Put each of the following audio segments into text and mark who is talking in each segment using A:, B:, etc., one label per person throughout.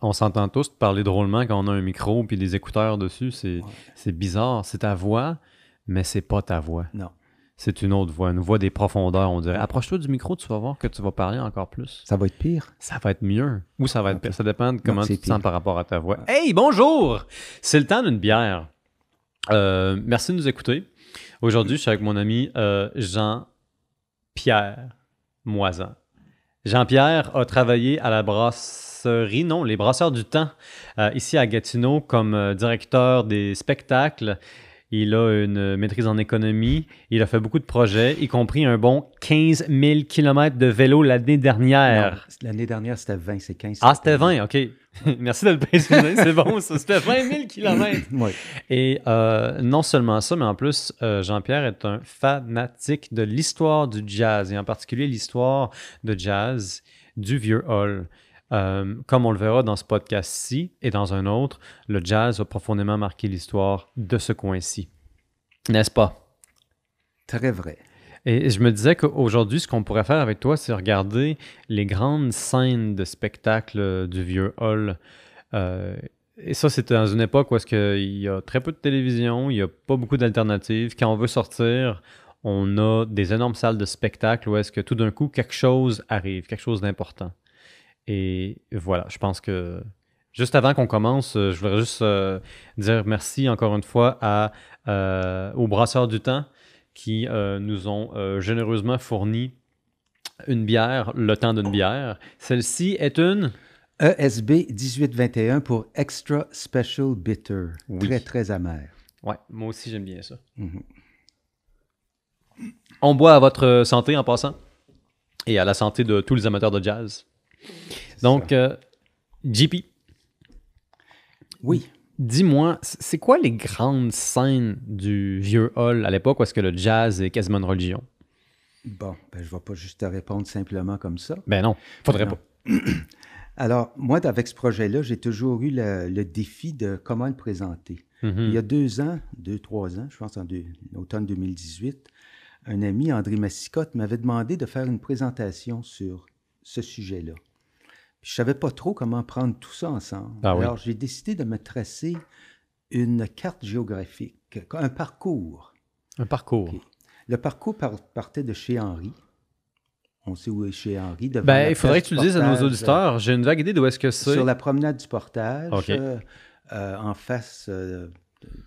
A: on s'entend tous parler drôlement quand on a un micro puis des écouteurs dessus. C'est
B: Ouais.
A: c'est bizarre. C'est ta voix, mais c'est pas ta voix.
B: Non.
A: C'est une autre voix, une voix des profondeurs, on dirait. Approche-toi du micro, tu vas voir que tu vas parler encore plus.
B: Ça va être pire.
A: Ça va être mieux. Ou ça va être
B: Ok.
A: pire. Ça dépend de comment
B: c'est
A: tu te sens
B: pire.
A: par rapport à ta voix. Hey, bonjour! C'est le temps d'une bière. Euh, merci de nous écouter. Aujourd'hui, je suis avec mon ami euh, Jean-Pierre Moisan. Jean-Pierre a travaillé à la brasserie, non, les Brasseurs du Temps, euh, ici à Gatineau, comme euh, directeur des spectacles. Il a une maîtrise en économie. Il a fait beaucoup de projets, y compris un bon 15 000 km de vélo l'année dernière.
B: Non, L'année dernière, c'était 20, c'est 15.
A: Euh, Ah, c'était 20, OK. Merci de le préciser, c'est bon ça. C'était 20 000 kilomètres.
B: Oui.
A: Et euh, non seulement ça, mais en plus, euh, Jean-Pierre est un fanatique de l'histoire du jazz, et en particulier l'histoire de jazz du vieux hall. Euh, comme on le verra dans ce podcast-ci et dans un autre, le jazz a profondément marqué l'histoire de ce coin-ci. N'est-ce pas?
B: Très vrai.
A: Et je me disais qu'aujourd'hui, ce qu'on pourrait faire avec toi, c'est regarder les grandes scènes de spectacle du vieux hall. Euh, et ça, c'était dans une époque où est-ce que il y a très peu de télévision, il n'y a pas beaucoup d'alternatives. Quand on veut sortir, on a des énormes salles de spectacle où est-ce que tout d'un coup, quelque chose arrive, quelque chose d'important. Et voilà, je pense que juste avant qu'on commence, euh, je voudrais juste euh, dire merci encore une fois à, euh, aux Brasseurs du Temps qui euh, nous ont euh, généreusement fourni une bière, le temps d'une bière. Celle-ci est une.
B: E ESB 1821 pour Extra Special Bitter.
A: Oui.
B: Très, très amer.
A: Ouais, moi aussi j'aime bien ça.
B: Mhm.
A: On boit à votre santé en passant et à la santé de tous les amateurs de jazz. Donc, euh, JP,
B: Oui.
A: dis-moi, c- c'est quoi les grandes scènes du vieux hall à l'époque où est-ce que le jazz est quasiment une religion?
B: Bon, ben, je ne vais pas juste te répondre simplement comme ça.
A: Ben non, faudrait
B: Non.
A: pas.
B: Alors, moi, avec ce projet-là, j'ai toujours eu le, le défi de comment le présenter.
A: Mhm.
B: Il y a deux ans, deux, trois ans, je pense en deux- l'automne 2018, un ami, André Massicotte, m'avait demandé de faire une présentation sur ce sujet-là. Puis Je ne savais pas trop comment prendre tout ça ensemble.
A: Ah oui.
B: Alors, j'ai décidé de me tracer une carte géographique, un parcours.
A: Un parcours.
B: Ok. Le parcours par- partait de chez Henri. On sait où est chez Henri. devant
A: Ben,
B: la
A: il faudrait
B: place
A: que tu
B: du
A: le dises à nos
B: portage,
A: auditeurs. J'ai une vague idée d'où est-ce que
B: euh,
A: c'est.
B: Sur la promenade du portage,
A: Ok.
B: euh, euh, en face euh,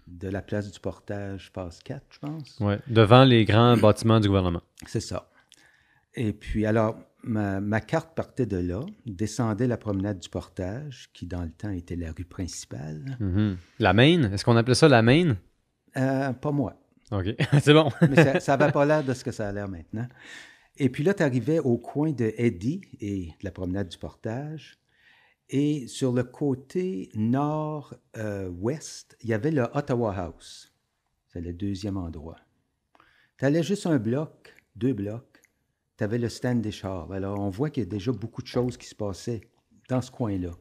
B: de la place du portage, passe 4, je pense.
A: Ouais, devant les grands bâtiments du gouvernement.
B: C'est ça. Et puis, alors, ma, ma carte partait de là, descendait la promenade du portage, qui dans le temps était la rue principale.
A: Mhm. La Maine, est-ce qu'on appelait ça la Maine?
B: Euh, pas moi,
A: OK, c'est bon.
B: mais ça- ça n'avait pas l'air de ce que ça a l'air maintenant. Et puis là, tu arrivais au coin de Eddy et de la promenade du portage. Et sur le côté nord-ouest, il y avait le Ottawa House. C'est le deuxième endroit. Tu allais juste un bloc, deux blocs. Tu avais le stand des chars. Alors, on voit qu'il y a déjà beaucoup de choses qui se passaient dans ce coin-là.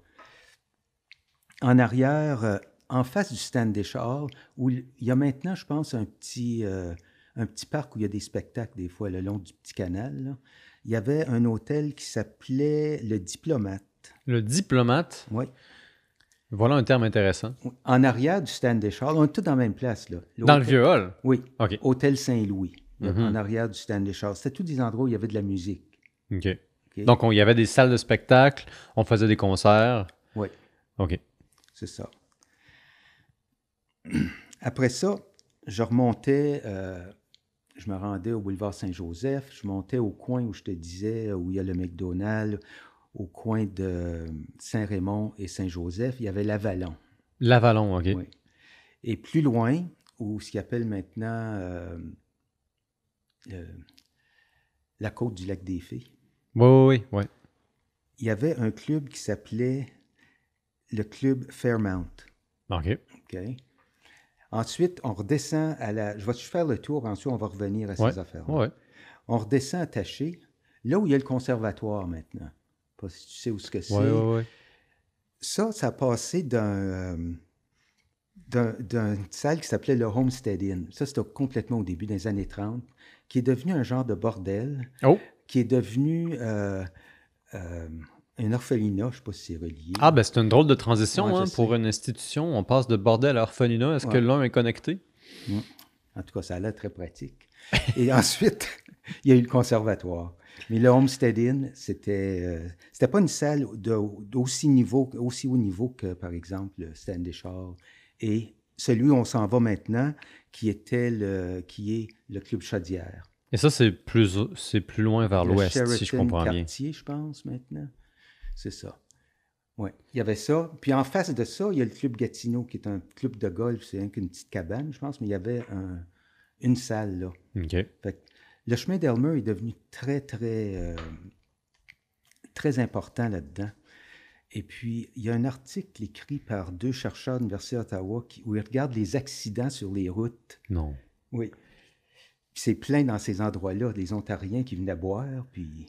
B: En arrière, euh, en face du stand des chars, où il il y a maintenant, je pense, un petit, euh, un petit parc où il y a des spectacles, des fois, le long du petit canal. là. Il y avait un hôtel qui s'appelait Le Diplomate.
A: Le diplomate,
B: Oui.
A: voilà un terme intéressant.
B: En arrière du stand des Charles, on est tous dans la même place. Là.
A: Dans le
B: L'hôtel-
A: vieux hall.
B: Oui,
A: OK.
B: Hôtel Saint-Louis, là,
A: Mhm.
B: en arrière du stand des Charles. C'était tous des endroits où il y avait de la musique.
A: OK.
B: OK?
A: Donc, on- il y avait des salles de spectacle, on faisait des concerts.
B: Oui.
A: OK.
B: C'est ça. Après ça, je remontais, euh, je me rendais au boulevard Saint-Joseph, je montais au coin où je te disais, où il y a le McDonald's, au coin de Saint-Raymond et Saint-Joseph, il y avait l'Avalon.
A: L'Avalon, OK.
B: Oui. Et plus loin, où ce qu'ils appelle maintenant euh, le- la côte du lac des Fées,
A: Oui, oui, oui. ouais.
B: il y avait un club qui s'appelait le club Fairmount.
A: OK.
B: OK. Ensuite, on redescend à la. Je vais faire le tour, ensuite, on va revenir à ces affaires.
A: Ouais.
B: On redescend à Taché, là où il y a le conservatoire maintenant. Je sais pas si tu sais où ce que c'est.
A: Ouais, ouais, ouais.
B: Ça, ça a passé d'un. euh, d'un- d'une salle qui s'appelait le Homestead Inn. Ça, c'était complètement au début des années 30, qui est devenu un genre de bordel,
A: Oh,
B: qui est devenu euh, euh, Un orphelinat, je ne sais pas si c'est relié.
A: Ah, ben c'est une drôle de transition
B: Ouais, je
A: hein,
B: sais.
A: pour une institution. On passe de bordel à orphelinat. Est-ce que
B: Ouais.
A: l'un est connecté?
B: En tout cas, ça a l'air très pratique. Et ensuite, il y a eu le conservatoire. Mais le homesteading, c'était euh, c'était pas une salle de- d'aussi niveau, aussi haut niveau que, par exemple, le Stan Deschard et celui où on s'en va maintenant, qui était le, qui est le club Chaudière.
A: Et ça, c'est plus, c'est plus loin vers
B: Le
A: l'ouest, si je
B: Sheraton
A: comprends bien.
B: quartier, je pense, maintenant. C'est ça. Oui, il y avait ça. Puis en face de ça, il y a le Club Gatineau, qui est un club de golf. C'est rien qu'une petite cabane, je pense, mais il y avait un- une salle, là.
A: OK.
B: Fait que le chemin d'Elmer est devenu très, très, euh, très important là-dedans. Et puis, il y a un article écrit par deux chercheurs de l'Université d'Ottawa qui- où ils regardent les accidents sur les routes.
A: Non.
B: Oui. Puis C'est plein dans ces endroits-là, les Ontariens qui venaient boire, puis...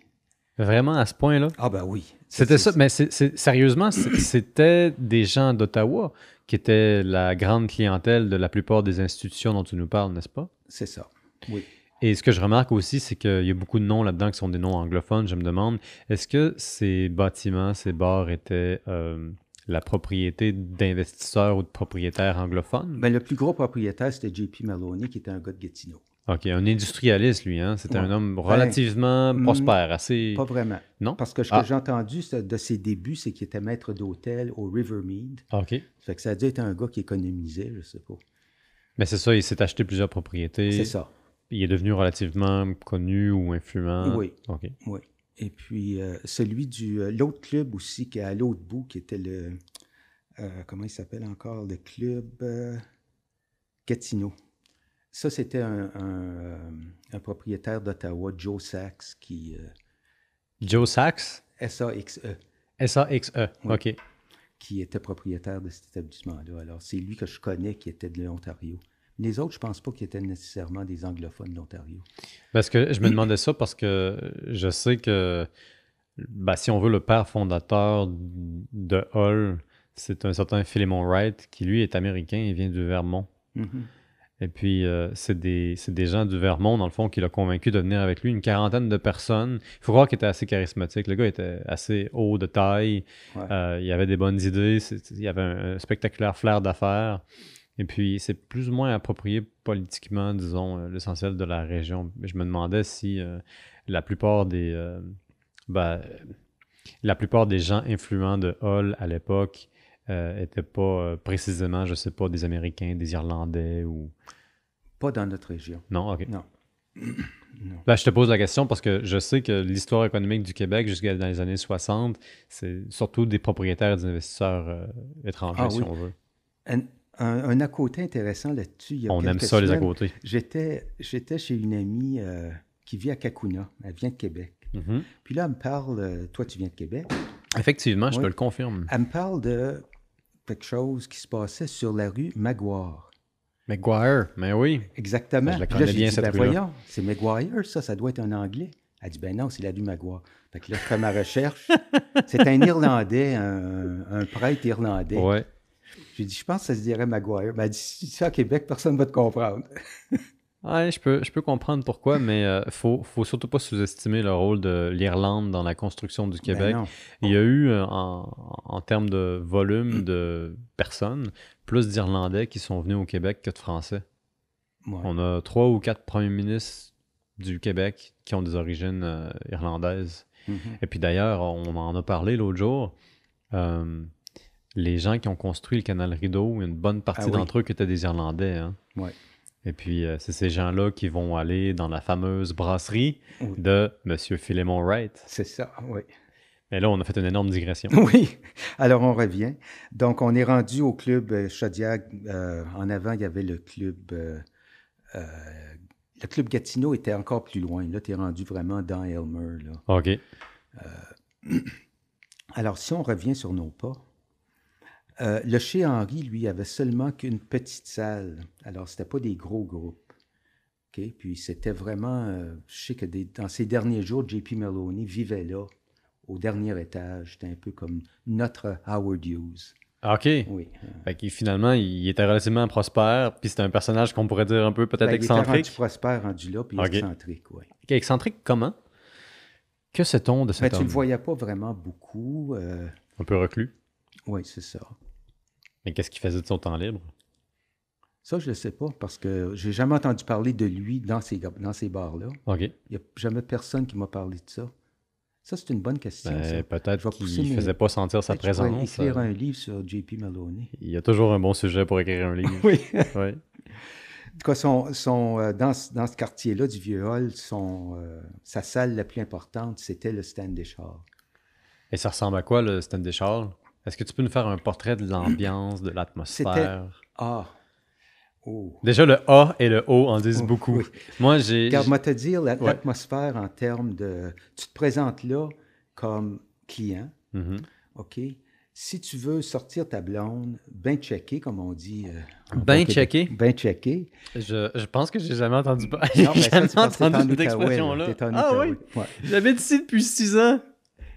A: Vraiment, à ce point-là?
B: Ah ben oui.
A: C'était
B: c'est-
A: ça, mais c'est- c'est- sérieusement, c'est- c'était des gens d'Ottawa qui étaient la grande clientèle de la plupart des institutions dont tu nous parles, n'est-ce pas?
B: C'est ça. Oui.
A: Et ce que je remarque aussi, c'est qu'il y a beaucoup de noms là-dedans qui sont des noms anglophones. Je me demande, est-ce que ces bâtiments, ces bars étaient euh, la propriété d'investisseurs ou de propriétaires anglophones?
B: Ben, le plus gros propriétaire, c'était JP Maloney, qui était un gars de Gatineau.
A: OK, un industrialiste, lui. Hein? C'était
B: Ouais.
A: un homme relativement
B: Ben,
A: prospère, assez...
B: Pas vraiment.
A: Non?
B: Parce que ce
A: Ah.
B: que j'ai entendu c'est- de ses débuts, c'est qu'il était maître d'hôtel au Rivermead.
A: OK.
B: Ça fait que ça a dû être un gars qui économisait, je sais pas.
A: Mais c'est ça, il s'est acheté plusieurs propriétés.
B: C'est ça.
A: Il est devenu relativement connu ou influent.
B: Oui.
A: OK.
B: Et puis euh, celui du euh, l'autre club aussi qui est à l'autre bout, qui était le euh, comment il s'appelle encore le club euh, Gatineau. Ça c'était un, un, euh, un propriétaire d'Ottawa, Joe Sachs, qui euh,
A: Joe Sachs,
B: SAXE,
A: S-A-X-E.
B: Oui.
A: E. OK.
B: E, qui était propriétaire de cet établissement-là. Alors c'est lui que je connais qui était de l'Ontario. Les autres, je pense pas qu'ils étaient nécessairement des anglophones de l'Ontario.
A: Parce que je me demandais ça parce que je sais que, bah, si on veut, le père fondateur de Hall, c'est un certain Philemon Wright qui, lui, est américain et vient du Vermont.
B: Mhm.
A: Et puis, euh, c'est des, c'est des gens du Vermont, dans le fond, qui l'a convaincu de venir avec lui, une quarantaine de personnes. Il faut croire qu'il était assez charismatique. Le gars était assez haut de taille.
B: Ouais.
A: Euh, il avait des bonnes idées. C'est- Il avait un, un spectaculaire flair d'affaires. Et puis, c'est plus ou moins approprié politiquement, disons, euh, l'essentiel de la région. Je me demandais si euh, la plupart des. euh, ben, la plupart des gens influents de Hall à l'époque n'étaient pas euh, précisément, je sais pas, des Américains, des Irlandais ou.
B: Pas dans notre région.
A: Non, ok.
B: Non.
A: Là, je te pose la question parce que je sais que l'histoire économique du Québec jusqu'à dans les années 60, c'est surtout des propriétaires et des investisseurs euh, étrangers,
B: Ah
A: si
B: oui.
A: on veut.
B: Un, un- un à côté intéressant là-dessus. il y a
A: On aime
B: quelques
A: ça, les à
B: semaines,
A: côté.
B: J'étais, j'étais chez une amie euh, qui vit à Kakuna. Elle vient de Québec.
A: Mhm.
B: Puis là, elle me parle, euh, toi, tu viens de Québec.
A: Effectivement, je
B: Oui.
A: te le confirme.
B: Elle me parle de quelque chose qui se passait sur la rue Maguire.
A: McGuire, mais Ben oui.
B: Exactement.
A: Ben, je la
B: Puis
A: connais
B: là, j'ai
A: bien,
B: dit,
A: cette
B: ben,
A: rue-là.
B: voyons, c'est Maguire, ça, ça doit être un anglais. Elle dit, ben non, c'est la rue Maguire. Fait que là, je fais ma recherche. c'est un Irlandais, un, un prêtre irlandais.
A: Ouais.
B: J'ai dit, je pense que ça se dirait Maguire. Ben, elle dit, si tu fais à Québec, personne ne va te comprendre.
A: Ouais, je peux, je peux comprendre pourquoi, mais euh, faut, faut surtout pas sous-estimer le rôle de l'Irlande dans la construction du Québec.
B: Ben non.
A: Il y a eu, euh, en, en termes de volume de personnes, plus d'Irlandais qui sont venus au Québec que de Français.
B: Ouais.
A: On a trois ou quatre premiers ministres du Québec qui ont des origines euh, irlandaises.
B: Mhm.
A: Et puis d'ailleurs, on en a parlé l'autre jour. euh, les gens qui ont construit le canal Rideau, une bonne partie
B: Ah oui.
A: d'entre eux qui étaient des Irlandais. hein.
B: Ouais.
A: Et puis, euh, c'est ces gens-là qui vont aller dans la fameuse brasserie
B: Oui.
A: de Monsieur Philemon Wright.
B: C'est ça, oui.
A: Et là, on a fait une énorme digression.
B: Oui. Alors, on revient. Donc, on est rendu au club euh, Chaudière. Euh, en avant, il y avait le club. euh, euh, le club Gatineau était encore plus loin. Là, tu es rendu vraiment dans Elmer. Là.
A: OK.
B: Alors, si on revient sur nos pas, euh, le chez Henri, lui, avait seulement qu'une petite salle. Alors, c'était pas des gros groupes. OK? Puis, c'était vraiment. euh, je sais que des- dans ces derniers jours, JP Maloney vivait là, au dernier étage. C'était un peu comme notre Howard Hughes.
A: OK.
B: Oui.
A: Fait que finalement, il était relativement prospère, puis c'était un personnage qu'on pourrait dire un peu peut-être
B: Ben, Il était rendu
A: excentrique.
B: prospère, rendu là, puis
A: Ok.
B: excentrique, oui.
A: Excentrique comment? Que sait-on de
B: Mais
A: cet
B: Ben, tu ne
A: homme
B: le voyais pas vraiment beaucoup. euh,
A: Un peu reclus.
B: oui, c'est ça.
A: Mais qu'est-ce qu'il faisait de son temps libre
B: Ça, je ne le sais pas parce que j'ai jamais entendu parler de lui dans ces, ga- dans ces bars-là.
A: Ok.
B: Il n'y a jamais personne qui m'a parlé de ça. Ça, c'est une bonne question.
A: Ben,
B: ça. Je
A: Peut-être
B: vais pousser
A: qu'il
B: mes-
A: ne faisait pas sentir sa
B: Peut-être que je pourrais
A: présence.
B: écrire
A: euh,
B: un livre sur JP Maloney.
A: Il y a toujours un bon sujet pour écrire un livre.
B: Oui.
A: Ouais.
B: En tout cas, son- son, euh, dans, ce- dans ce quartier-là du Vieux Hall, son, euh, sa salle la plus importante, c'était le stand des chars.
A: Et ça ressemble à quoi le stand des Charles Est-ce que tu peux nous faire un portrait de l'ambiance, de l'atmosphère
B: Ah! Oh!
A: Déjà, le A et le O en disent beaucoup.
B: oui.
A: Moi, j'ai.
B: Regarde, moi te dire, la-
A: Ouais.
B: l'atmosphère en termes de... Tu te présentes là comme client,
A: Mhm.
B: OK? Si tu veux sortir ta blonde, bien checker, comme on dit. euh, en
A: Ben
B: bon
A: checker?
B: Québec. Ben checker.
A: Je, je pense que j'ai jamais entendu pas.
B: Non, mais
A: j'ai
B: ça,
A: jamais
B: c'est parce que t'es
A: entendu
B: en
A: cette
B: Outaouais,
A: expression-là.
B: là. T'es en
A: Ah
B: Outaouais.
A: oui,
B: Ouais.
A: j'habite ici depuis six ans.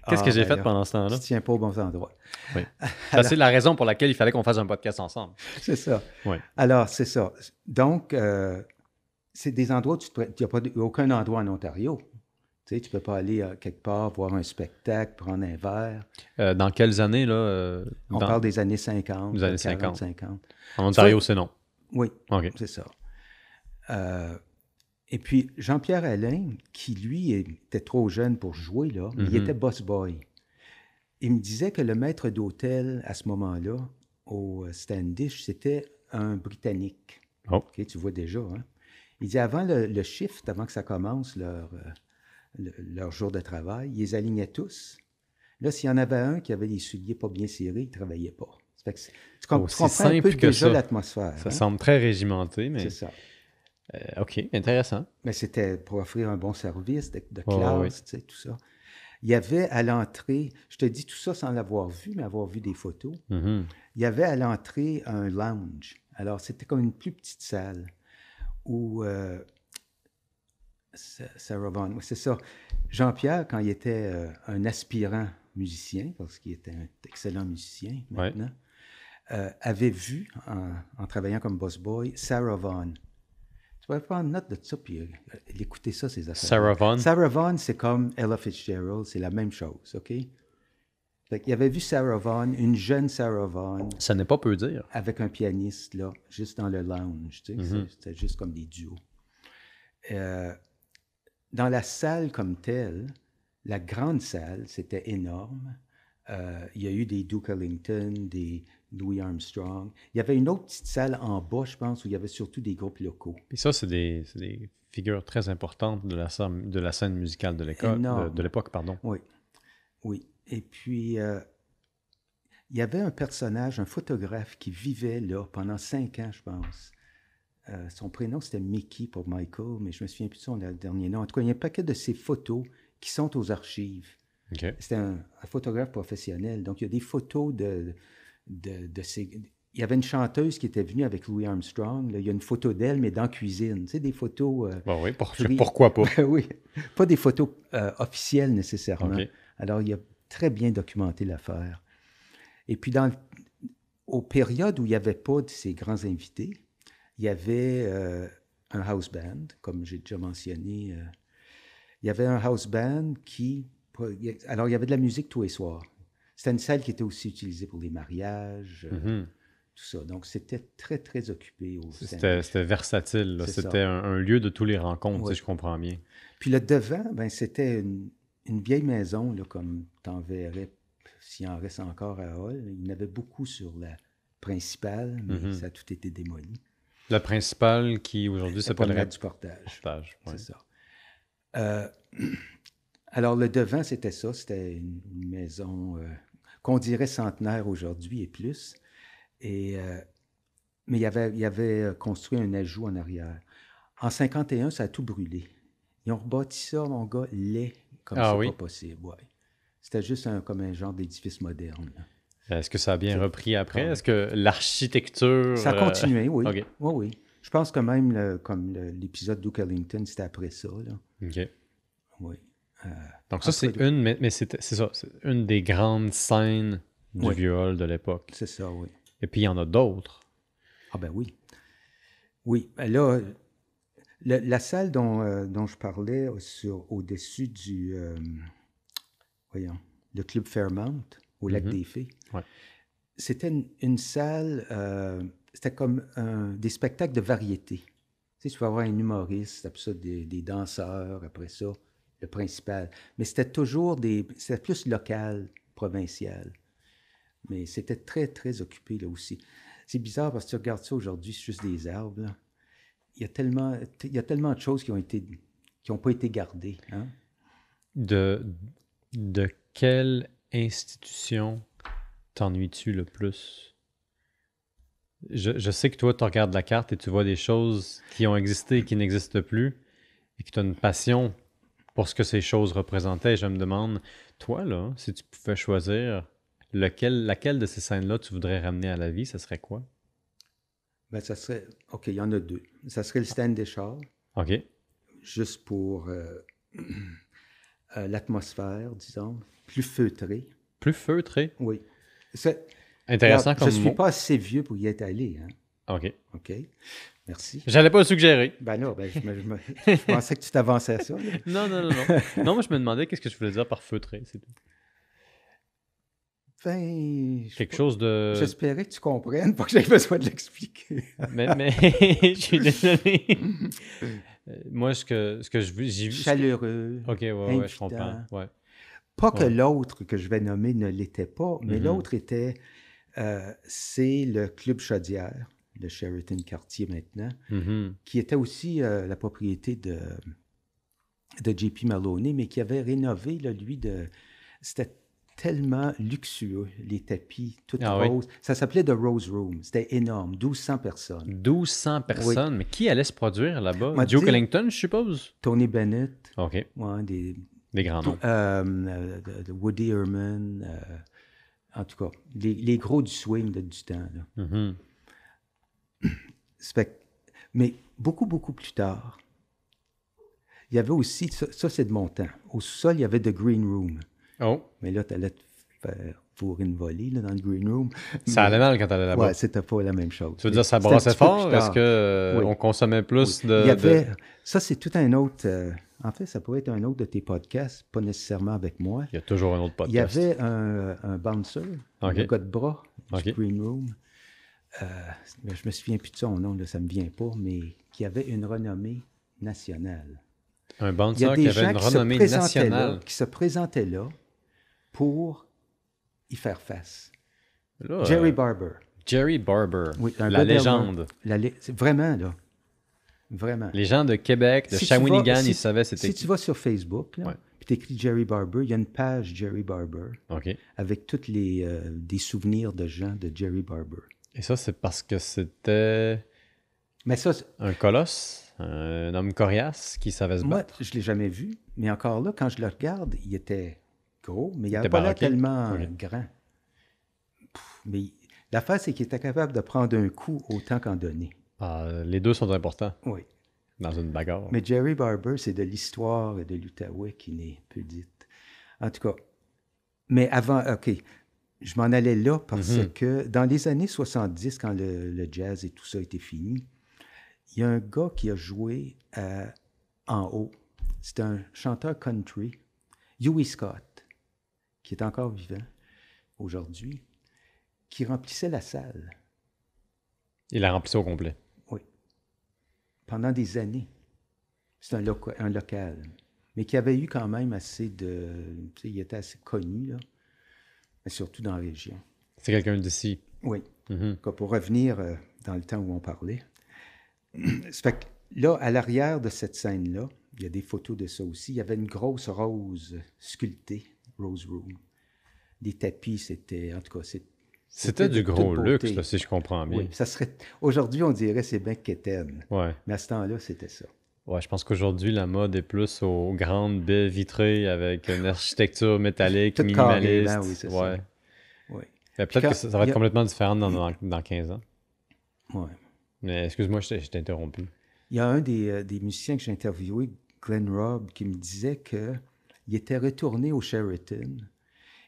A: Qu'est-ce
B: Ah,
A: que j'ai
B: ben
A: fait
B: là,
A: pendant ce temps-là
B: Tu te tiens pas aux bons endroits.
A: Ça, C'est la raison pour laquelle il fallait qu'on fasse un podcast ensemble.
B: C'est ça.
A: Ouais.
B: Alors, c'est ça. Donc, euh, c'est des endroits où tu n'y a pas de- aucun endroit en Ontario. Tu sais, tu peux pas aller euh, quelque part voir un spectacle, prendre un verre.
A: Euh, dans quelles années, là euh,
B: On
A: dans-
B: parle des années 50.
A: Des années
B: 40,
A: 50.
B: 50.
A: En Ontario, c'est non.
B: Oui,
A: OK.
B: c'est ça. Euh, et puis, Jean-Pierre Alain, qui lui était trop jeune pour jouer, là, il
A: Mhm.
B: était boss boy. Il me disait que le maître d'hôtel à ce moment-là, au euh, Standish, c'était un Britannique.
A: Oh.
B: OK, tu vois déjà. hein. Il dit avant le, le shift, avant que ça commence leur, euh, le- leur jour de travail, ils les alignaient tous. Là, s'il y en avait un qui avait les souliers pas bien serrés, il ne travaillait pas. Ça fait que c'est- tu com-
A: Oh,
B: tu
A: c'est
B: comprends un peu
A: simple que
B: déjà
A: ça.
B: l'atmosphère.
A: Ça
B: hein?
A: semble très régimenté, mais.
B: C'est ça.
A: euh, OK, intéressant.
B: Mais c'était pour offrir un bon service de, de
A: Ouais,
B: classe,
A: ouais, ouais.
B: tu sais, tout ça. Il y avait à l'entrée, je te dis tout ça sans l'avoir vu, mais avoir vu des photos,
A: Mhm.
B: il y avait à l'entrée un lounge. Alors, c'était comme une plus petite salle où euh, Sa- Sarah Vaughan, oui, c'est ça. Jean-Pierre, quand il était euh, un aspirant musicien, parce qu'il était un excellent musicien
A: Ouais.
B: maintenant, euh, avait vu, en, en travaillant comme boss boy, Sarah Vaughan. Tu pourrais prendre note de ça puis euh, l'écouter ça, ces affaires.
A: Sarah Vaughan.
B: Sarah Vaughan, c'est comme Ella Fitzgerald, c'est la même chose, OK? Fait qu'il avait vu Sarah Vaughan, une jeune Sarah Vaughan,
A: Ça n'est pas peu dire.
B: avec un pianiste, là, juste dans le lounge, tu sais, c'est- c'était juste comme des duos. Euh, dans la salle comme telle, la grande salle, c'était énorme. Euh, il y a eu des Duke Ellington, des Louis Armstrong. Il y avait une autre petite salle en bas, je pense, où il y avait surtout des groupes locaux.
A: Puis ça, c'est des, c'est des figures très importantes de la, scène- de la scène musicale de l'école, de,
B: Énorme.
A: de l'époque, pardon.
B: Oui, oui. Et puis, euh, il y avait un personnage, un photographe qui vivait là pendant cinq ans, je pense. Euh, son prénom, c'était Mickey pour Michael, mais je me souviens plus de son dernier nom. En tout cas, il y a un paquet de ses photos qui sont aux archives.
A: OK.
B: C'était un, un photographe professionnel. Donc, il y a des photos de, de, de ses- Il y avait une chanteuse qui était venue avec Louis Armstrong. là. il y a une photo d'elle, mais dans la cuisine. Tu sais, des photos... euh,
A: Bon, oui, pour-
B: Free.
A: pourquoi pas?
B: ben oui, pas des photos euh, officielles nécessairement.
A: OK.
B: Alors, il a très bien documenté l'affaire. Et puis, dans, le- aux périodes où il n'y avait pas de ces grands invités, il y avait euh, un house band, comme j'ai déjà mentionné. euh, il y avait un house band qui... Alors, il y avait de la musique tous les soirs. C'était une salle qui était aussi utilisée pour les mariages, euh,
A: Mhm.
B: tout ça. Donc, c'était très, très occupé. Au
A: C'était c'était versatile. là.
B: C'est ça.
A: C'était un, un lieu de tous les rencontres,
B: Oui.
A: si je comprends bien.
B: Puis le devant, ben, c'était une, une vieille maison, là, comme t'en verrais s'il en reste encore à Hall. Il y en avait beaucoup sur la principale, mais
A: Mhm.
B: ça a tout été démoli.
A: La principale qui aujourd'hui
B: C'est pas le
A: s'appellerait
B: du portage.
A: Portage. ouais.
B: C'est ça. Euh, alors, le devant, c'était ça. C'était une une maison euh, qu'on dirait centenaire aujourd'hui et plus. Et, euh, mais il y avait, il y avait euh, construit un ajout en arrière. En 51, ça a tout brûlé. Ils ont rebâti ça, mon gars, laid, comme
A: Ah
B: c'est
A: oui?
B: pas possible. ouais. C'était juste un, comme un genre d'édifice moderne. là.
A: Euh, Est-ce que ça a bien
B: C'est-
A: repris après?
B: Ouais.
A: Est-ce que l'architecture.
B: Ça a
A: euh,
B: continué, oui.
A: ok.
B: Oui, oui. Je pense que même le- comme le- l'épisode d'Oak Ellington, c'était après ça. Là.
A: OK.
B: Oui.
A: Donc, ça,
B: Entre
A: c'est
B: deux.
A: une, mais, mais c'était- c'est ça, c'est une des grandes scènes du
B: Oui.
A: vieux hall de l'époque.
B: C'est ça, oui.
A: Et puis, il y en a d'autres.
B: Ah ben oui. Oui, ben là, euh, le- la salle dont, euh, dont je parlais sur, au-dessus du, euh, voyons, le Club Fairmount au Lac
A: Mhm.
B: des Fées.
A: Ouais.
B: C'était une, une salle, euh, c'était comme un- des spectacles de variété. Tu sais, tu vas avoir un humoriste, après ça, des, des danseurs, après ça, le principal. Mais c'était toujours des. C'était plus local, provincial. Mais c'était très, très occupé, là aussi. C'est bizarre parce que tu regardes ça aujourd'hui, c'est juste des arbres. là. Il y, a tellement, il y a tellement de choses qui ont été qui n'ont pas été gardées. Hein?
A: De, de quelle institution t'ennuies-tu le plus? Je, je sais que toi, tu regardes la carte et tu vois des choses qui ont existé et qui n'existent plus et que tu as une passion pour ce que ces choses représentaient. Je me demande, toi, là, si tu pouvais choisir lequel, laquelle de ces scènes-là tu voudrais ramener à la vie, ça serait quoi?
B: Ben, ça serait. OK, il y en a deux. Ça serait le stand des chars,
A: OK.
B: juste pour euh, euh, l'atmosphère, disons, plus feutrée.
A: Plus feutré.
B: Oui. C'est-
A: Intéressant
B: Regarde,
A: comme
B: Je ne
A: mot.
B: suis pas assez vieux pour y être allé. Hein?
A: OK.
B: OK. Merci.
A: J'allais pas le suggérer.
B: Ben non, ben, je, me- je me- je pensais que tu t'avançais à ça. là.
A: Non, non, non, non. non, moi, je me demandais qu'est-ce que je voulais dire par feutré. c'est tout.
B: Ben, je sais
A: Quelque
B: pas.
A: chose euh, de.
B: J'espérais que tu comprennes pour que j'aie besoin de l'expliquer.
A: Mais, mais je suis désolé. Euh, Moi, ce que, ce que je veux. j'y- ce que-
B: Chaleureux.
A: Ok, ouais, ouais, je
B: invitant.
A: comprends. Ouais.
B: Pas que
A: Ouais.
B: l'autre que je vais nommer ne l'était pas, mais
A: Mhm.
B: l'autre était, euh, c'est le Club Chaudière, le Sheraton Cartier maintenant,
A: Mhm.
B: qui était aussi euh, la propriété de, de JP Maloney, mais qui avait rénové, là, lui, de. C'était tellement luxueux, les tapis, tout
A: Ah oui?
B: rose. Ça s'appelait The Rose Room. C'était énorme, 1200 personnes.
A: 1200 personnes. Mais qui allait se produire là-bas
B: Moi,
A: Joe
B: dis-
A: Collington, je suppose.
B: Tony Bennett,
A: Ok,
B: ouais, des,
A: des grands noms.
B: Euh, euh, de- de Woody Herman, euh, en tout cas, les, les gros du swing de- du temps. là.
A: Mhm.
B: Ça fait que- mais beaucoup, beaucoup plus tard, il y avait aussi, ça, ça, c'est de mon temps, au sol, il y avait The Green Room.
A: Oh,
B: Mais là, tu allais te faire fourrer une volée là, dans le Green Room.
A: ça allait mal quand t'allais
B: Mais-
A: là-bas.
B: Ouais, c'était pas la même chose.
A: Ah Tu veux dire, ça
B: C'était un
A: brassait
B: petit peu plus
A: fort Est-ce
B: tard.
A: que euh,
B: Oui.
A: on consommait plus de.
B: Il y
A: de-
B: avait, ça c'est tout un autre, euh, en fait, ça pourrait être un autre de tes podcasts, pas nécessairement avec moi.
A: Il y a toujours un autre podcast.
B: Il y avait un, euh, un bouncer,
A: Ok.
B: un gars de bras du
A: Ok.
B: Green Room. Euh, mais je me souviens plus de son nom, là, ça me vient pas, mais qui avait une renommée nationale.
A: Un
B: Il y a
A: bouncer
B: des
A: qui avait
B: gens
A: une
B: qui se,
A: renommée
B: présentaient là,
A: nationale.
B: qui se présentaient là pour y faire face.
A: Là, euh,
B: Jerry Barber.
A: Jerry Barber,
B: Oui, un
A: la
B: gars d'Elmer.
A: légende.
B: La lé- c'est Vraiment, là. Vraiment.
A: Les gens de Québec, de
B: Si tu
A: Shawinigan,
B: vas- si-
A: ils savaient c'était
B: Si
A: qui.
B: tu vas sur Facebook, là,
A: Ouais.
B: puis tu écris Jerry Barber, il y a une page Jerry Barber.
A: OK.
B: avec tous les euh, des souvenirs de gens de Jerry Barber.
A: Et ça, c'est parce que c'était
B: Mais ça, c'est-
A: un colosse, un homme coriace qui savait se
B: moi,
A: battre.
B: je ne l'ai jamais vu. Mais encore là, quand je le regarde, il était gros, mais il n'avait
A: était
B: pas l'air
A: baraqué.
B: tellement
A: Oui.
B: grand. Pff, mais il- l'affaire, c'est qu'il était capable de prendre un coup autant qu'en donner.
A: Ah, les deux sont importants
B: Oui.
A: dans une bagarre.
B: Mais Jerry Barber, c'est de l'histoire de l'Outaouais qui n'est peu dite. En tout cas, mais avant, OK, je m'en allais là parce
A: Mhm.
B: que dans les années 70, quand le, le jazz et tout ça était fini, il y a un gars qui a joué à- en haut. C'est un chanteur country, Huey Scott, qui est encore vivant aujourd'hui, qui remplissait la salle
A: Il la remplissait au complet.
B: pendant des années. C'est un, loca- un local. Mais qui avait eu quand même assez de. Tu sais, il était assez connu, là. Mais surtout dans la région.
A: C'est quelqu'un d'ici.
B: Oui.
A: Mhm.
B: En tout cas, Pour revenir euh, dans le temps où on parlait. Ça fait que là, à l'arrière de cette scène-là, il y a des photos de ça aussi. Il y avait une grosse rose sculptée, Rose Room. Des tapis, c'était. En tout cas, c'est-
A: C'était
B: de
A: du
B: toute
A: gros
B: beauté.
A: luxe, là, si je comprends bien.
B: Oui, ça serait. Aujourd'hui, on dirait c'est bien quétaine.
A: Ouais.
B: Mais à ce temps-là, c'était ça.
A: ouais, je pense qu'aujourd'hui, la mode est plus aux grandes baies vitrées avec une architecture métallique,
B: Tout carré,
A: minimaliste.
B: là, oui, c'est ça.
A: ouais.
B: Oui.
A: Mais Peut-être
B: quand-
A: que ça, ça va être
B: il y a-
A: complètement différent dans, dans, dans 15 ans.
B: Ouais.
A: Mais excuse-moi, je t'ai je t'ai interrompu.
B: Il y a un des, euh, des musiciens que j'ai interviewé, Glenn Robb, qui me disait qu'il était retourné au Sheraton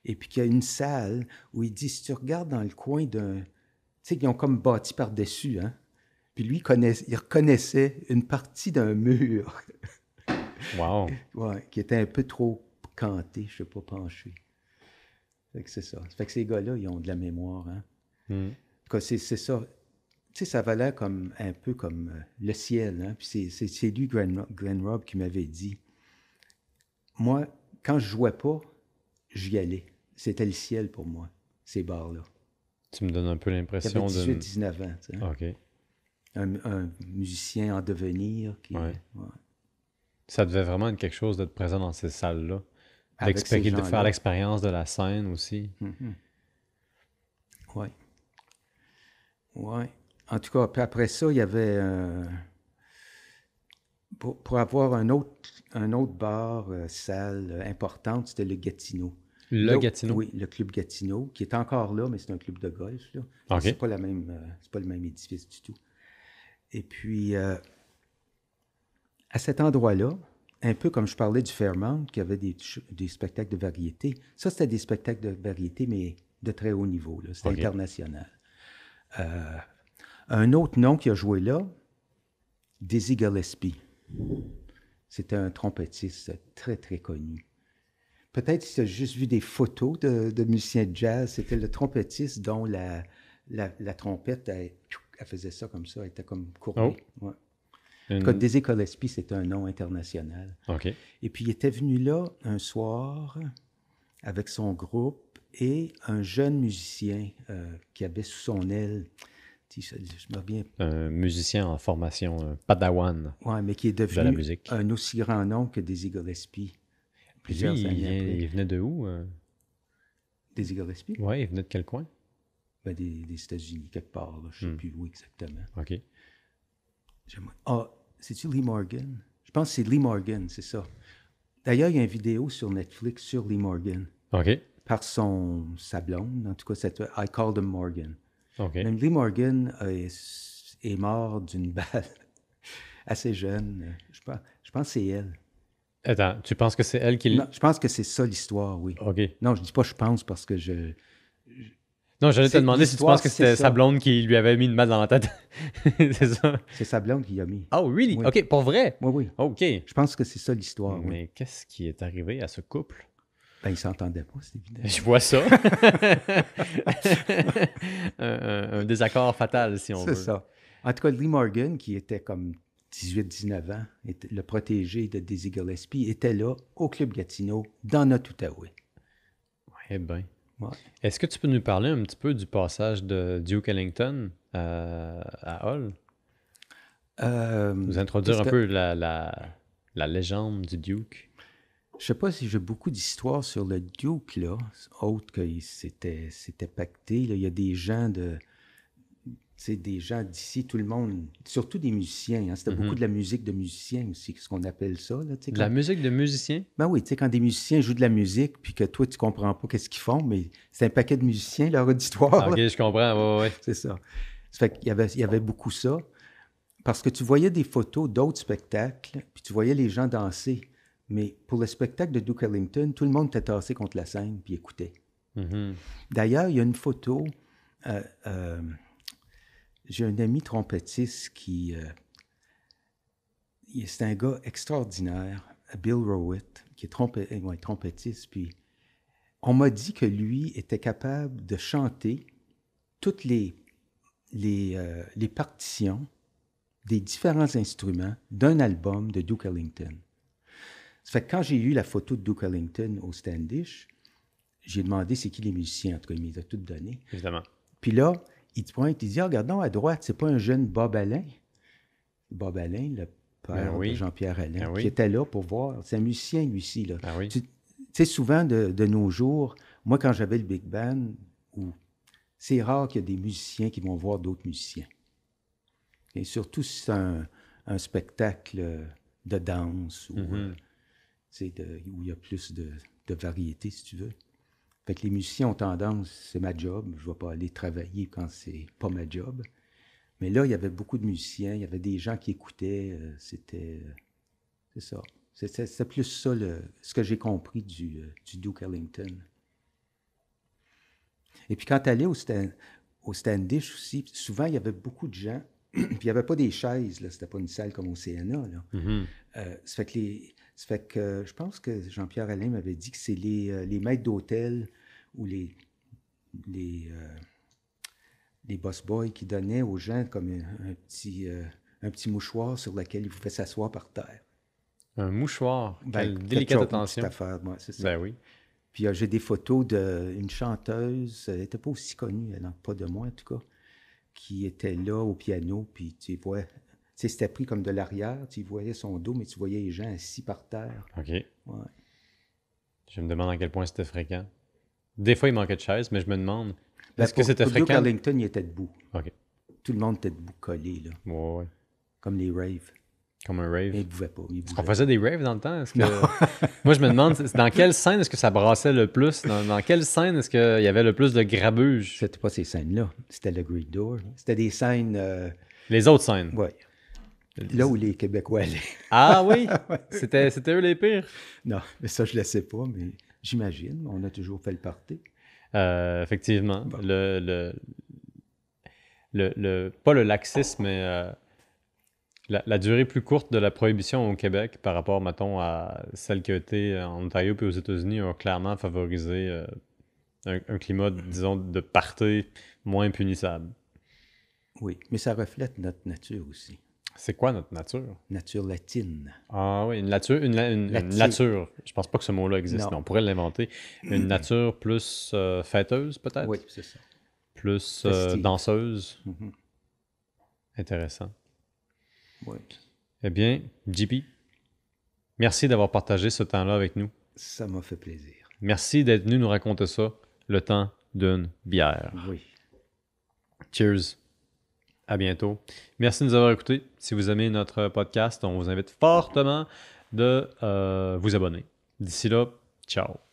B: et puis qu'il y a une salle où il dit si tu regardes dans le coin d'un. Tu sais, qu'ils ont comme bâti par-dessus, hein. Puis lui, il, connaiss- il reconnaissait une partie d'un mur
A: Wow.
B: ouais, qui était un peu trop canté, je ne sais pas penché. Fait que c'est ça. Fait que ces gars-là, ils ont de la mémoire. Hein?
A: Hmm.
B: En tout cas, c'est, c'est ça. Tu sais, ça valait comme, un peu comme euh, le ciel. Hein? Puis c'est, c'est, c'est lui, Glenn, Glenn Robb, qui m'avait dit Moi, quand je jouais pas, j'y allais. C'était le ciel pour moi, ces bars-là.
A: Tu me donnes un peu
B: J'avais
A: l'impression de. Ah.
B: 18, 19 ans. tu sais, hein.
A: Ok.
B: un, un musicien en devenir. Qui,
A: Ouais.
B: ouais.
A: Ça devait vraiment être quelque chose d'être présent dans ces salles-là.
B: Avec
A: D'expé-
B: ces
A: de faire
B: gens-là.
A: l'expérience de la scène aussi.
B: Hmm. Oui. Oui. En tout cas, puis après ça, il y avait. euh, pour, pour avoir un autre, un autre bar, euh, salle euh, importante, c'était le Gatineau.
A: Le
B: L'autre-
A: Gatineau.
B: Oui, le club Gatineau, qui est encore là, mais c'est un club de golf. là.
A: OK.
B: C'est pas la même, euh, c'est pas le même édifice du tout. Et puis, euh, à cet endroit-là, un peu comme je parlais du Fairmount, qui avait des, ch- des spectacles de variété. Ça, c'était des spectacles de variété, mais de très haut niveau. là. C'était
A: OK.
B: international. Euh, un autre nom qui a joué là, Dizzy Gillespie. C'était un trompettiste très, très connu. Peut-être si tu as juste vu des photos de, de musiciens de jazz, c'était le trompettiste dont la, la, la trompette, elle, elle faisait ça comme ça, elle était comme courbée.
A: Oh.
B: Ouais. En
A: Une-
B: tout cas, Dizzy Gillespie, c'est un nom international.
A: OK.
B: Et puis, il était venu là un soir avec son groupe et un jeune musicien euh, qui avait sous son aile, tu sais, je me reviens,
A: Un musicien en formation, un padawan.
B: ouais, mais qui est
A: De la
B: devenu
A: musique.
B: un aussi grand nom que Dizzy Gillespie.
A: Puis
B: Plusieurs
A: lui, il,
B: années
A: vient-
B: après.
A: il venait de où euh?
B: Dizzy Gillespie?
A: Ouais, il venait de quel coin
B: Ben, des, des États-Unis, quelque part, là, je ne sais
A: Hmm.
B: plus où exactement.
A: OK.
B: J'aimerais- Ah, c'est-tu Lee Morgan? Je pense que c'est Lee Morgan, c'est ça. D'ailleurs, il y a une vidéo sur Netflix sur Lee Morgan,
A: OK.
B: par son, sa blonde, en tout cas, cette I Call Them Morgan.
A: OK.
B: Même Lee Morgan euh, est, est mort d'une balle assez jeune. euh, Je pense, je pense que c'est elle.
A: Attends, tu penses que c'est elle qui. l-
B: Non, je pense que c'est ça l'histoire, oui.
A: OK.
B: Non, je dis pas je pense parce que je.
A: Non, j'allais te
B: C'est-
A: demander si tu
B: l'histoire,
A: penses que
B: c'est
A: c'était
B: ça.
A: sa blonde qui lui avait mis une balle dans la tête. c'est ça.
B: C'est sa blonde qui l'a mis.
A: Oh, really?
B: Oui.
A: OK, pour vrai?
B: Oui, oui.
A: OK.
B: Je pense que c'est ça l'histoire. oui.
A: Mais qu'est-ce qui est arrivé à ce couple?
B: Ben, ils s'entendaient pas, c'est évident.
A: Je vois ça. un, un- un désaccord fatal, si on
B: C'est
A: veut.
B: ça. En tout cas, Lee Morgan, qui était comme 18-19 ans, était le protégé de Dizzy Gillespie, était là au Club Gatineau, dans notre Outaouais.
A: Eh ben.
B: Ouais.
A: Est-ce que tu peux nous parler un petit peu du passage de Duke Ellington euh, à Hall?
B: Euh,
A: Nous introduire
B: Parce
A: un
B: que-
A: peu la, la, la légende du Duke.
B: Je sais pas si j'ai beaucoup d'histoires sur le Duke, là, autre que il s'était s'était pacté. là. Il y a des gens de. C'est des gens d'ici, tout le monde, surtout des musiciens. hein. C'était
A: Mhm.
B: beaucoup de la musique de musiciens aussi, ce qu'on appelle ça. Là, tu sais,
A: De la
B: quand-
A: musique de musicien?
B: Ben oui, tu sais, quand des musiciens jouent de la musique, puis que toi, tu comprends pas qu'est-ce qu'ils font, mais c'est un paquet de musiciens, leur auditoire.
A: Ah, Ok,
B: là.
A: je comprends. Ouais, ouais, ouais.
B: C'est ça. Ça fait qu'il y avait, il y avait beaucoup ça. Parce que tu voyais des photos d'autres spectacles, puis tu voyais les gens danser. Mais pour le spectacle de Duke Ellington, tout le monde était tassé contre la scène, puis écoutait.
A: Mhm.
B: D'ailleurs, il y a une photo. euh, euh, J'ai un ami trompettiste qui. euh, il- c'est un gars extraordinaire, Bill Rowett, qui est trompe- euh, ouais, trompettiste. Puis on m'a dit que lui était capable de chanter toutes les, les, euh, les partitions des différents instruments d'un album de Duke Ellington. Ça fait que quand j'ai eu la photo de Duke Ellington au Standish, j'ai demandé c'est qui les musiciens, en tout cas, il me les a toutes données.
A: Évidemment.
B: Puis là, il te pointe, il dit, Ah, regardons à droite, c'est pas un jeune Bob Alain. Bob Alain, le père
A: Ben oui.
B: de Jean-Pierre Alain,
A: Ben oui.
B: qui était là pour voir. C'est un musicien, lui aussi. Là.
A: Ah oui.
B: Tu tu sais, souvent, de, de nos jours, moi, quand j'avais le Big Band, ou- c'est rare qu'il y ait des musiciens qui vont voir d'autres musiciens. Et surtout si c'est un, un spectacle de danse ou,
A: Mhm.
B: euh, tu sais, de- où il y a plus de, de variété, si tu veux. Fait que les musiciens ont tendance, c'est ma job, je ne vais pas aller travailler quand c'est pas ma job. Mais là, il y avait beaucoup de musiciens, il y avait des gens qui écoutaient, euh, c'était... euh, c'est ça. C'est- C'est c'est plus ça, le- ce que j'ai compris du, euh, du Duke Ellington. Et puis quand tu allais au, stand, au Standish aussi, souvent, il y avait beaucoup de gens, puis il n'y avait pas des chaises, là, c'était pas une salle comme au CNA, là.
A: Mhm.
B: Euh, ça fait que les- Ça fait que je pense que Jean-Pierre Alain m'avait dit que c'est les, euh, les maîtres d'hôtel ou les, les, euh, les boss boys qui donnaient aux gens comme un, un petit, euh, un petit mouchoir sur lequel ils vous faisaient s'asseoir par terre.
A: Un mouchoir. Quelle
B: Ben, quelque
A: délicate
B: chose, une
A: attention.
B: petite affaire, ouais, c'est ça.
A: Ben oui.
B: Puis euh, j'ai des photos d'une chanteuse, elle n'était pas aussi connue, elle, en- pas de moi en tout cas, qui était là au piano, puis tu vois, tu sais, c'était pris comme de l'arrière, tu voyais son dos, mais tu voyais les gens assis par terre.
A: OK.
B: Ouais.
A: Je me demande à quel point c'était fréquent. Des fois, il manquait de chaise, mais je me demande.
B: Ben,
A: Est-ce que
B: pour-
A: c'était
B: pour Duke
A: fréquent?
B: Ellington, il était debout.
A: OK.
B: Tout le monde était debout collé, là,
A: Ouais, ouais.
B: comme les raves.
A: Comme un rave.
B: Mais il ne pouvait pas. il
A: Est-ce qu'on
B: bougeait.
A: faisait des raves dans le temps? Est-ce que- Moi, je me demande, c'est- dans quelle scène est-ce que ça brassait le plus? Dans, dans quelle scène est-ce qu'il y avait le plus de grabuge?
B: C'était pas ces scènes-là. C'était le Great Door. C'était des scènes. euh,
A: Les autres scènes.
B: ouais.
A: Euh,
B: Là où les Québécois allaient.
A: Ah oui? C'était c'était eux les pires.
B: Non, mais ça, je ne le sais pas, mais j'imagine. On a toujours fait le party.
A: Euh, effectivement.
B: Bon.
A: Le, le, le- le- pas le laxisme, mais euh, la, la durée plus courte de la prohibition au Québec par rapport, mettons, à celle qui a été euh, en Ontario puis aux États-Unis a clairement favorisé euh, un, un climat, disons, de parté moins punissable.
B: Oui, mais ça reflète notre nature aussi.
A: C'est quoi notre nature?
B: Nature latine.
A: Ah oui, une nature. Une, la- une- une
B: Lature.
A: nature. Je pense pas que ce mot-là existe,
B: Non.
A: mais on pourrait l'inventer. Une nature plus euh, fêteuse, peut-être?
B: Oui, c'est ça.
A: Plus euh,
B: Festive.
A: danseuse.
B: Mhm.
A: Intéressant.
B: Oui.
A: Eh bien, JP, merci d'avoir partagé ce temps-là avec nous.
B: Ça m'a fait plaisir.
A: Merci d'être venu nous raconter ça le temps d'une bière.
B: Oui.
A: Cheers. À bientôt. Merci de nous avoir écoutés. Si vous aimez notre podcast, on vous invite fortement de euh, vous abonner. D'ici là, ciao.